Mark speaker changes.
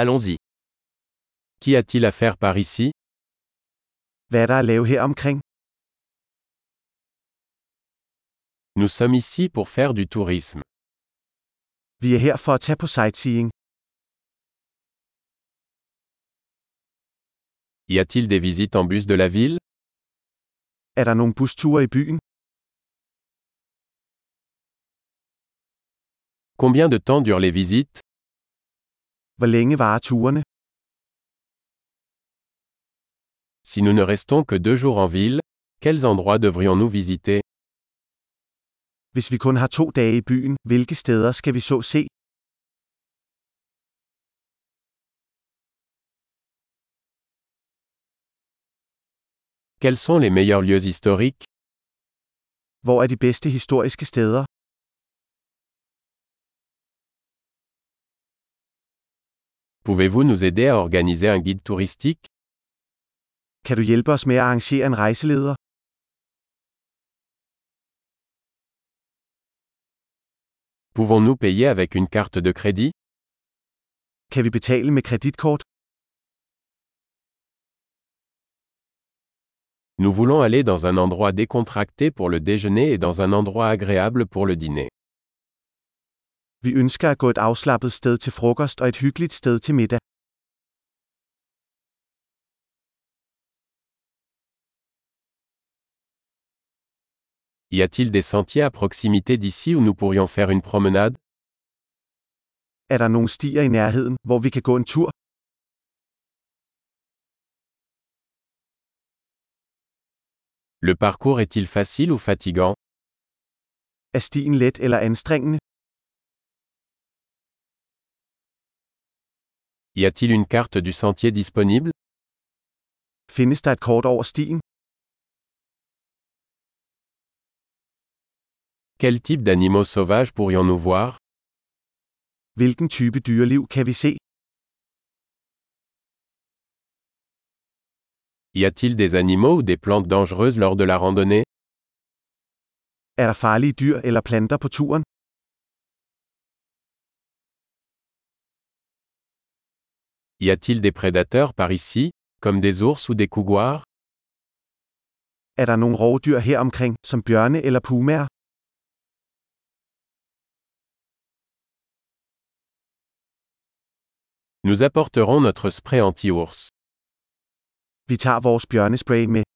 Speaker 1: Allons-y. Qu'y a-t-il à faire par ici
Speaker 2: Hvad er der at lave her omkring?
Speaker 1: Nous sommes ici pour faire du tourisme.
Speaker 2: Vi er her for at tage på sightseeing.
Speaker 1: Y a-t-il des visites en bus de la ville
Speaker 2: Er der nogle busture i byen?
Speaker 1: Combien de temps durent les visites
Speaker 2: Hvor længe varer turene?
Speaker 1: Si nous ne restons que deux jours en ville, quels endroits devrions-nous visiter
Speaker 2: Hvis vi kun har to dage i byen, hvilke steder skal vi så se?
Speaker 1: Quels sont les meilleurs lieux historiques
Speaker 2: Hvor er de bedste historiske steder?
Speaker 1: Pouvez-vous nous aider à organiser un guide touristique
Speaker 2: Kan du hjælpe os med at arrangere en rejseleder?
Speaker 1: Pouvons-nous payer avec une carte de crédit
Speaker 2: Kan vi betale med kreditkort?
Speaker 1: Nous voulons aller dans un endroit décontracté pour le déjeuner et dans un endroit agréable pour le dîner.
Speaker 2: Vi ønsker at gå et afslappet sted til frokost og et hyggeligt sted til middag.
Speaker 1: Y a-t-il des sentiers à proximité d'ici où nous pourrions faire une promenade
Speaker 2: Er der nogle stier i nærheden, hvor vi kan gå en tur?
Speaker 1: Le parcours est-il facile ou fatigant
Speaker 2: Er stien let eller anstrengende?
Speaker 1: Y a-t-il une carte du sentier disponible
Speaker 2: Findes der et kort over stien?
Speaker 1: Quel type d'animaux sauvages pourrions-nous voir
Speaker 2: Hvilken type dyreliv kan vi se?
Speaker 1: Y a-t-il des animaux ou des plantes dangereuses lors de la randonnée
Speaker 2: Er der farlige dyr eller planter på turen?
Speaker 1: Y a-t-il des prédateurs par ici, comme des ours ou des couguars
Speaker 2: Er der nogle rovdyr her omkring, som bjørne eller pumaer?
Speaker 1: Nous apporterons notre spray anti-ours.
Speaker 2: Vi tager vores bjørnespray med.